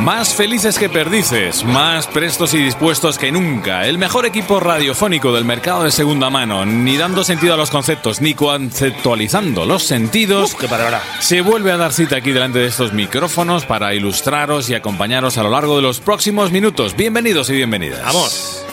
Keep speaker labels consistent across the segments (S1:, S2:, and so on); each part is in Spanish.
S1: Más felices que perdices, más prestos y dispuestos que nunca. El mejor equipo radiofónico del mercado de segunda mano, ni dando sentido a los conceptos, ni conceptualizando los sentidos.
S2: Uf, qué palabra.
S1: Se vuelve a dar cita aquí delante de estos micrófonos para ilustraros y acompañaros a lo largo de los próximos minutos. Bienvenidos y bienvenidas.
S2: Vamos.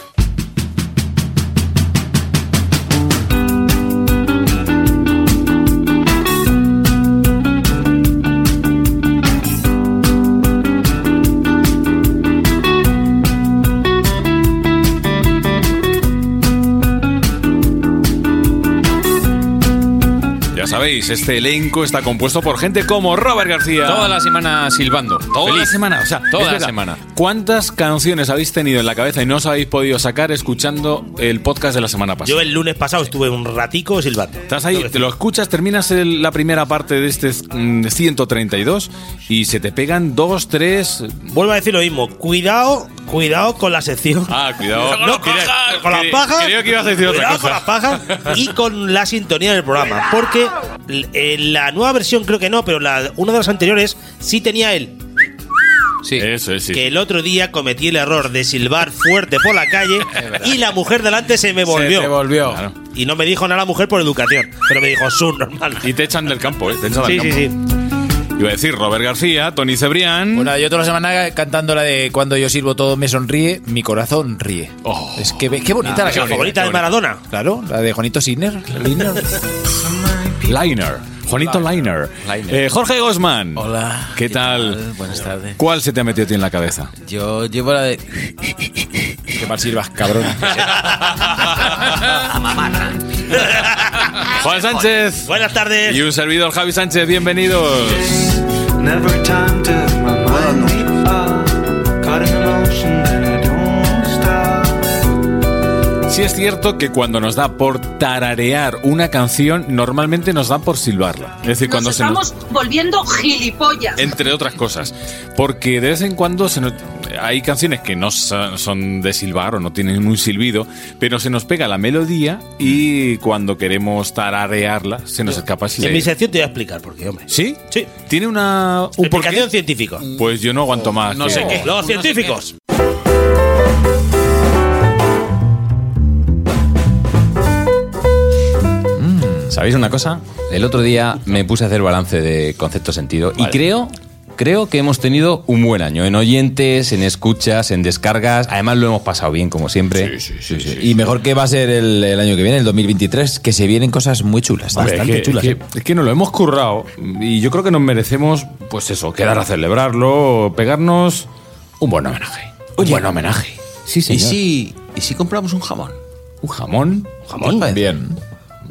S1: Ya sabéis, este elenco está compuesto por gente como Robert García.
S3: Ah.
S4: Toda la semana silbando.
S1: Toda
S4: Feliz.
S1: la semana, o sea,
S4: Toda
S1: es
S4: la
S1: verdad.
S4: semana.
S1: ¿Cuántas canciones habéis tenido en la cabeza y no os habéis podido sacar escuchando el podcast de la semana pasada?
S2: Yo el lunes pasado estuve un ratico silbando.
S1: Estás ahí,
S2: Tengo que
S1: te lo escuchas, terminas el- la primera parte de este mm, 132 y se te pegan dos, tres.
S2: decir- Vuelvo a decir lo mismo. Cuidado, cuidado con la sección.
S1: Ah, cuidado.
S2: No,
S1: quería-
S2: con las
S1: quería-
S2: pajas.
S1: Creo que ibas a decir otra
S2: Cuidado con
S1: cosa.
S2: las pajas y con la sintonía del programa. Porque l- en la nueva versión creo que no, pero la, una de las anteriores sí tenía él.
S4: Sí.
S3: Eh.
S1: Eso es, sí.
S2: Que el otro día cometí el error de silbar fuerte por la calle y la mujer delante se me volvió.
S1: Se te volvió.
S2: y no me dijo nada la mujer por educación, pero me dijo sur normal.
S1: Y te echan del campo, ¿eh? Te echan del
S2: Sí, sí,
S1: campo.
S2: sí.
S1: Iba a decir Robert García, Tony Cebrián.
S5: Bueno, yo toda la semana cantando la de cuando yo sirvo todo me sonríe, mi corazón ríe.
S1: Oh.
S5: es que ve- qué bonita la
S2: La
S5: canción.
S2: favorita de Maradona.
S5: Claro, la de Juanito Sinner. Liner.
S1: Liner. Juanito Liner.
S3: Liner.
S1: Eh, Jorge Gosman.
S3: Hola.
S1: ¿Qué tal?
S3: Buenas tardes.
S1: ¿Cuál se te ha metido a ti en la cabeza?
S3: Yo llevo la de.
S5: Qué mal sirvas, cabrón.
S1: Juan Sánchez.
S2: Buenas tardes.
S1: Y un servidor, Javi Sánchez. Bienvenidos.
S6: Never time to remind me up. Caught in emotion and I don't stop.
S1: Sí es cierto que cuando nos da por tararear una canción, normalmente nos da por silbarla. Es decir,
S7: Nos
S1: cuando se nos-
S7: estamos volviendo gilipollas.
S1: entre otras cosas. Porque de vez en cuando se nos- hay canciones que no sa- son de silbar o no tienen un silbido, pero se nos pega la melodía y cuando queremos tararearla se nos escapa
S2: En mi
S1: silbar.
S2: sección te voy a explicar por qué, hombre.
S1: ¿Sí?
S2: Sí.
S1: ¿Tiene una... un porqué?
S2: Explicación científica.
S1: Pues yo no aguanto más.
S4: no
S1: que-
S4: sé qué.
S2: Los
S4: No sé
S2: científicos.
S3: ¿Sabéis una cosa? El otro día me puse a hacer balance de concepto sentido y creo. Creo que hemos tenido un buen año en oyentes, en escuchas, en descargas. Además lo hemos pasado bien, como siempre.
S1: Sí, sí, sí, sí,
S3: Y mejor que va a ser el, el año que viene, el 2023, que se vienen cosas muy chulas.
S1: Hombre,
S3: bastante
S1: es que,
S3: chulas.
S1: Es que, es que nos lo hemos currado y yo creo que nos merecemos, pues eso, quedar a celebrarlo, pegarnos un buen homenaje. un buen homenaje. Sí,
S3: ¿Y,
S1: señor.
S3: si, ¿Y si compramos un jamón?
S1: Un jamón.
S2: Jamón.
S3: Bien.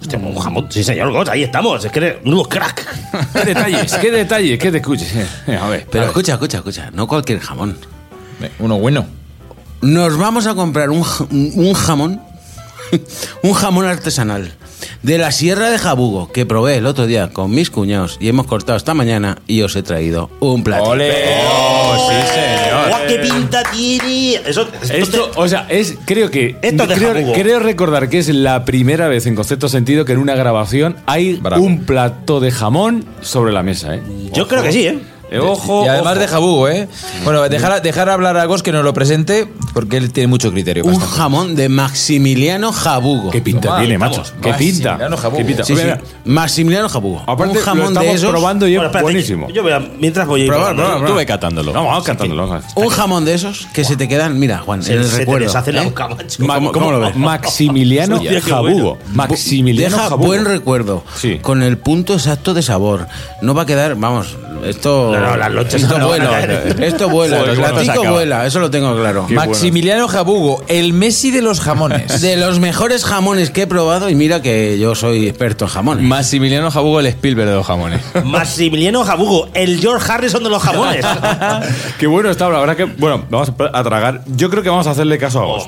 S2: Hostia, un jamón. Sí, señor Gos, ahí estamos. Es que unos crack.
S1: ¿Qué detalles? ¿Qué detalles? ¿Qué te escuches? Eh, A ver.
S8: Pero escucha, escucha, escucha, no cualquier jamón.
S3: Uno bueno.
S8: Nos vamos a comprar un, ja- un jamón, un jamón artesanal de la Sierra de Jabugo que probé el otro día con mis cuñados y hemos cortado esta mañana y os he traído un plato.
S3: ¡Ole! ¡Oh, sí, señor!
S2: ¡Guau, qué pinta tiene! Eso,
S1: eh, Esto, o sea, es, creo que.
S2: Esto de
S1: creo,
S2: jabugo.
S1: creo recordar que es la primera vez en concepto sentido que en una grabación hay
S3: Bravo.
S1: un plato de jamón sobre la mesa, ¿eh?
S2: Yo creo que sí, ¿eh?
S1: Eh, Ojo.
S3: Y además
S1: ojo.
S3: de Jabú, ¿eh? Bueno, dejar, dejar hablar a Gos que nos lo presente porque él tiene mucho criterio.
S8: Un
S3: pues bastante.
S8: jamón de Maximiliano Jabugo.
S1: ¿Qué pinta
S3: Toma,
S1: tiene,
S3: vamos,
S1: macho? ¿Qué
S3: vas,
S1: pinta?
S3: Emiliano Jabú.
S1: ¿Qué pinta?
S8: Sí, sí,
S1: Mira,
S8: Maximiliano Jabugo.
S1: Aparte,
S8: un jamón
S1: lo
S8: de
S1: estamos
S8: esos.
S1: probando y
S2: Bueno,
S1: es
S2: espérate,
S1: buenísimo.
S2: Yo voy a- mientras voy a ir
S3: Prueba,
S2: probando,
S3: prueba,
S2: ¿eh?
S3: prueba.
S1: Tú ve catándolo. Vamos, vamos catándolo. vamos.
S8: Un jamón de esos que se te quedan, mira, Juan,
S2: Se,
S8: en el
S2: se te
S8: recuerdo.
S2: deshace la
S8: ¿eh?
S2: boca, macho.
S1: Ma-
S8: ¿Cómo- cómo lo ves?
S1: Maximiliano
S2: Hostia, qué
S1: Jabugo.
S2: bueno.
S1: Maximiliano
S8: Deja
S1: Jabugo.
S8: buen recuerdo,
S1: Sí.
S8: con el punto exacto de sabor. No va a quedar, vamos, Esto,
S2: No, no, las lonchas
S8: esto
S2: no van a
S8: vuela.
S2: caer.
S8: Esto vuela.
S1: Joder,
S8: el
S1: cómo nos
S8: platico
S1: acaba.
S8: vuela, eso lo tengo claro.
S1: Qué
S5: Maximiliano Jabugo, el Messi de los jamones.
S8: De los mejores jamones que he probado, y mira que yo soy experto en jamones.
S3: Maximiliano Jabugo, el Spielberg de los jamones.
S2: Maximiliano Jabugo, el George Harrison de los jamones.
S1: Qué bueno está, la verdad que. Bueno, vamos a tragar. Yo creo que vamos a hacerle caso a vos.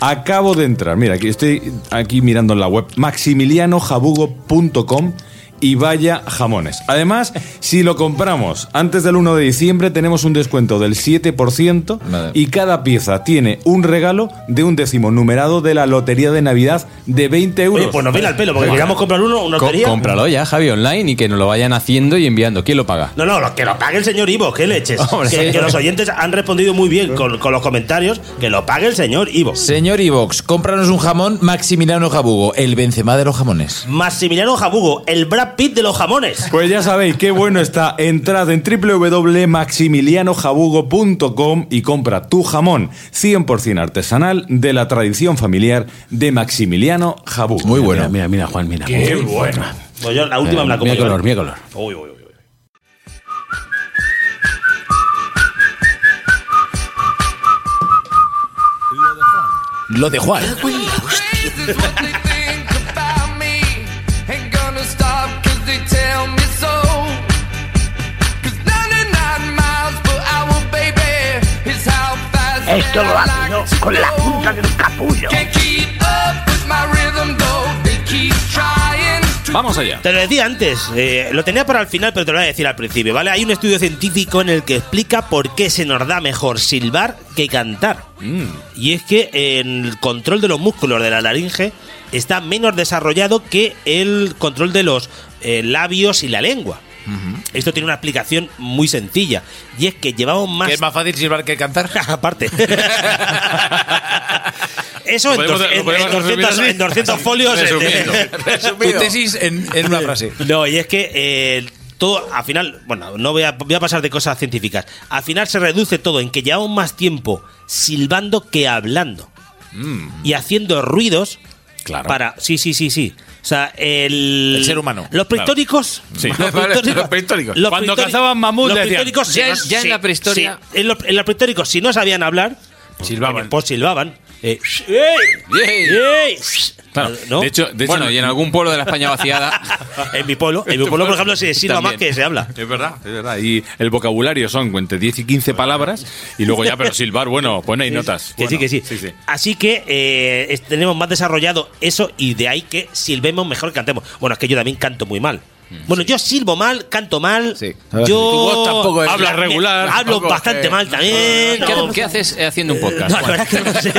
S1: Acabo de entrar. Mira, aquí estoy aquí mirando en la web maximilianojabugo.com y vaya jamones. Además, si lo compramos antes del 1 de diciembre, tenemos un descuento del 7%
S3: Madre.
S1: y cada pieza tiene un regalo de un décimo numerado de la lotería de Navidad de 20 euros.
S2: Oye, pues nos viene al pelo, porque queríamos comprar uno, una
S3: Co-
S2: lotería.
S3: cómpralo ya, Javi, online y que nos lo vayan haciendo y enviando. ¿Quién lo paga?
S2: No, no, lo- que lo pague el señor Ivo, que leches.
S3: Hombre.
S2: que, que los oyentes han respondido muy bien con, con los comentarios, que lo pague el señor Ivo.
S5: Señor Ivox, cómpranos un jamón Maximiliano Jabugo, el Benzema de los jamones.
S2: Maximiliano Jabugo, el Brad Pitt de los jamones.
S1: Pues ya sabéis, qué bueno está. Entrad en www.maximilianojabugo.com y compra tu jamón 100% artesanal de la tradición familiar de Maximiliano Jabugo.
S8: Muy bueno. Mira, mira, mira, Juan, mira.
S1: Qué bueno.
S2: Pues yo la última me la comí.
S8: Eh, Mira color, mira color.
S2: Uy, uy, uy, uy.
S5: Lo de Juan.
S7: Esto lo hago yo con la punta del capullo.
S4: Vamos allá.
S2: Te lo decía antes, eh, lo tenía para el final, pero te lo voy a decir al principio, ¿vale? Hay un estudio científico en el que explica por qué se nos da mejor silbar que cantar.
S4: Mm.
S2: Y es que el control de los músculos de la laringe está menos desarrollado que el control de los eh, labios y la lengua. Esto tiene una explicación muy sencilla, y es que llevamos más...
S5: es más fácil silbar que cantar?
S2: Aparte. Eso en,
S4: podemos-
S2: dos-
S4: lo
S2: en-
S4: podemos
S2: en 200,
S4: resumir así.
S2: en 200 folios... eh,
S4: Resumiendo.
S5: Tu tesis en, en una frase.
S2: No, y es que eh, todo, al final, bueno, no voy a, voy a pasar de cosas científicas. Al final se reduce todo en que llevamos más tiempo silbando que hablando. Y haciendo ruidos
S1: Claro.
S2: para... Sí, sí, sí, sí. O sea, el...
S5: El ser humano.
S2: Los prehistóricos...
S1: Sí.
S2: los
S4: Vale, los prehistóricos. Cuando cazaban mamut
S2: los
S4: le decían,
S2: prehistóricos, si
S4: "Ya
S2: no-
S4: en- ya en
S2: sí,
S4: la prehistoria".
S2: sí, en, los, en los prehistóricos, si no sabían hablar... pues,
S4: Silbaban.
S2: Pues silbaban. Eh, ¡Ey!
S4: Yay.
S2: ¡Ey!
S1: Claro,
S2: ¿No?
S1: de hecho- de hecho
S4: bueno,
S1: no-
S4: y en algún pueblo de la España vaciada.
S2: En mi pueblo, en mi pueblo, por ejemplo, se silba más
S4: También.
S2: que se habla.
S1: Es verdad, es verdad. Y el vocabulario son entre 10 y 15 palabras y luego ya, pero silbar, bueno, ponéis notas.
S2: Que sí,
S1: Bueno,
S2: que sí. Así que eh, es- tenemos más desarrollado eso y de ahí que silbemos mejor que cantemos. Bueno, es que yo también canto muy mal. Bueno, yo silbo mal, canto mal.
S5: Sí.
S2: Yo
S5: Tu voz tampoco es-
S2: hablas regular. Hablo
S5: tampoco
S2: bastante
S5: es-
S2: mal también.
S4: ¿Qué,
S2: No,
S4: qué haces eh, haciendo un
S2: no,
S4: podcast?
S2: la verdad es que no sé.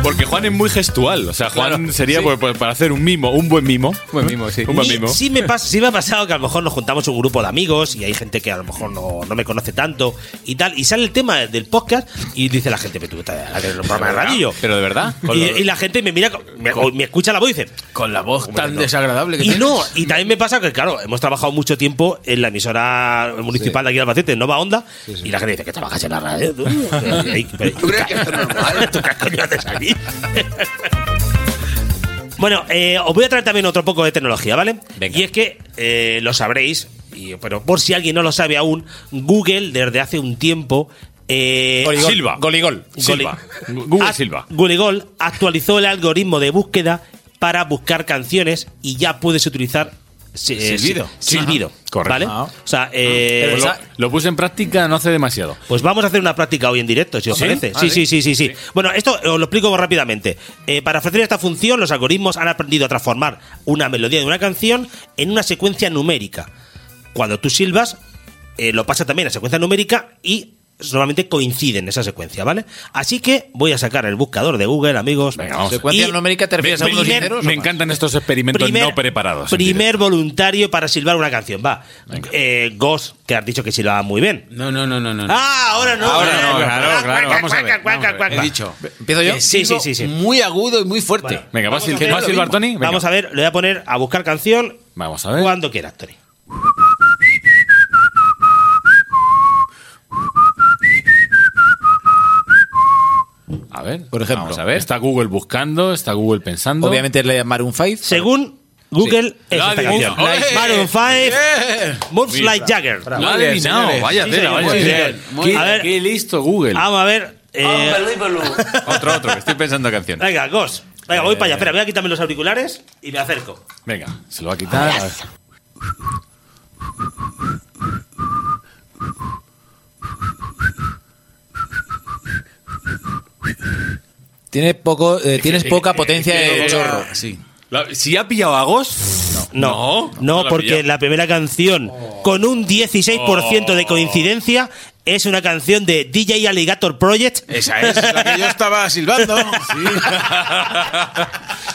S1: Porque Juan es muy gestual. O sea, Juan
S4: Claro,
S1: sería
S4: sí.
S1: pues, pues, para hacer un mimo, un buen mimo.
S4: Buen mimo, sí.
S1: Un buen
S2: Y
S1: mimo.
S2: sí me, pasa, sí me ha pasado que a lo mejor nos juntamos un grupo de amigos y hay gente que a lo mejor no, no me conoce tanto y tal. Y sale el tema del podcast y dice la gente, pero tú estás en el programa de radio.
S4: Pero de verdad.
S2: Y, y la gente me mira, me, o me escucha la voz y dice,
S5: Con la voz tan desagradable que
S2: Y no, y también me pasa que, claro, hemos trabajado mucho tiempo en la emisora municipal de aquí de Albacete, en Nova Onda, y la gente dice que trabajas en la radio. ¿Tú, crees que es normal? ¿Tú qué coño haces aquí? bueno, eh, os voy a traer también otro poco de tecnología, ¿vale?
S4: Venga.
S2: Y es que eh, lo sabréis, y- pero por si alguien no lo sabe aún, Google desde hace un tiempo. Eh,
S1: Goligol. Silva.
S5: Goligol.
S1: Silva. Google
S2: Act-
S1: Silva.
S2: Goligol actualizó el algoritmo de búsqueda para buscar canciones y ya puedes utilizar si- eh,
S5: Silbido.
S2: si- silbido.
S1: Correcto.
S2: ¿vale?
S5: Ah.
S2: O sea, eh,
S1: Pues lo, lo puse en práctica no hace demasiado.
S2: pues vamos a hacer una práctica hoy en directo, si os
S1: ¿Sí?
S2: parece.
S1: Ah,
S2: Sí,
S1: sí.
S2: sí, sí, sí, sí. Bueno, esto os lo explico rápidamente. Eh, para ofrecer esta función, los algoritmos han aprendido a transformar una melodía de una canción en una secuencia numérica. Cuando tú silbas, eh, lo pasa también a secuencia numérica y normalmente coinciden esa secuencia, ¿vale? Así que voy a sacar el buscador de Google, amigos.
S1: Venga, vamos.
S5: ¿Secuencia
S2: Y
S5: numérica te refieres a
S2: primer-
S5: unos dineros?
S1: Me encantan estos experimentos no preparados. en
S2: primer voluntario para silbar una canción, va. Eh, Ghost, que has dicho que silbaba muy bien.
S8: No, no, no, no, no.
S2: Ah, ahora no.
S4: Ahora
S2: Ah,
S4: no, claro, claro. Vamos a ver,
S2: cuaca, cuaca,
S4: vamos a ver.
S2: cuaca,
S5: He
S2: cuaca.
S5: dicho. ¿Empiezo yo?
S2: Sí, sí, sí, sí.
S8: Muy agudo y muy fuerte.
S1: directo. Venga, ¿vas a sil- ¿vas a silbar, Tony? Venga. ¿Eh?
S2: Vamos a ver, le voy a poner a buscar canción
S1: Vamos a ver.
S2: cuando quieras, Tony.
S1: A ver.
S5: Por ejemplo.
S1: Vamos a ver. Está Google buscando, está Google pensando.
S5: Obviamente le llamaré un Five.
S2: Según Google es
S4: Lo
S2: esta
S4: adivinó.
S2: canción.
S4: ¡Olé!
S2: Maroon 5, Moves
S1: Mira.
S2: Like Jagger.
S4: Lo ha adivinado, vaya
S2: Sí,
S4: tela,
S2: señor,
S4: vaya
S2: muy
S4: tela.
S2: bien, muy
S1: Qué-
S2: bien. A ver. Ah.
S1: qué listo Google.
S2: Vamos a ver. eh,
S4: Otro, otro, que estoy pensando canción.
S2: venga, Gos. Venga, voy para allá. Espera, voy a quitarme los auriculares y me acerco.
S1: Venga, se lo va a quitar.
S5: Tienes, poco, eh, tienes poca potencia de chorro.
S8: Sí.
S1: La- si ha pillado a Ghost, no
S2: No, no,
S1: la
S2: porque
S1: pilló.
S2: la primera canción, con un 16% de coincidencia, es una canción de DJ Alligator Project.
S8: Esa es la que yo estaba silbando.
S2: O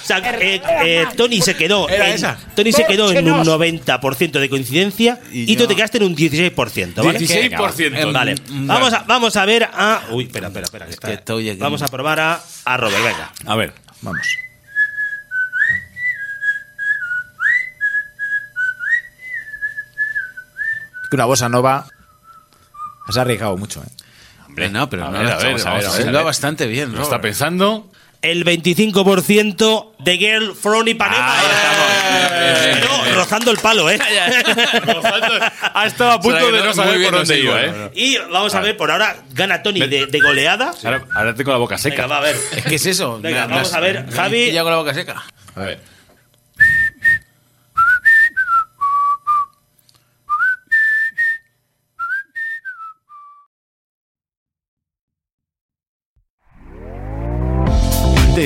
S2: sea, eh, eh, Tony se quedó
S8: Era
S2: en,
S8: esa.
S2: Tony se quedó en un 90% de coincidencia y, tú te quedaste en un 16%, ¿vale?
S1: 16%.
S2: Vale.
S1: Mm,
S2: Vamos a, vamos a ver a. Uy, espera, espera, espera. que está- eh.
S8: Que estoy aquí.
S2: Vamos a probar a, a Robert, venga.
S1: A ver,
S5: Vamos. Que una bossa nova. Has arriesgado mucho, ¿eh?
S1: hombre.
S8: No, pero
S1: A
S8: no,
S1: ver, a
S8: la
S1: ver,
S8: estamos-
S1: a ver, a ver,
S8: silba
S1: a ver.
S8: bastante bien,
S1: Lo
S8: Robert.
S1: está pensando.
S2: El 25% de Girl from Ipanema. Pero rozando el palo, ¿eh?
S1: ha estado a punto de no saber por dónde iba, ¿eh?
S2: Y vamos a ver, por ahora gana Tony de, de goleada.
S1: Ahora, ahora tengo la boca
S2: Venga,
S1: seca.
S2: va a ver.
S8: ¿Qué es eso?
S2: Venga,
S8: Me-
S2: vamos
S8: me-
S2: a ver,
S8: me-
S2: Javi.
S8: me he pillado con la boca seca.
S1: A ver.
S9: ¿Te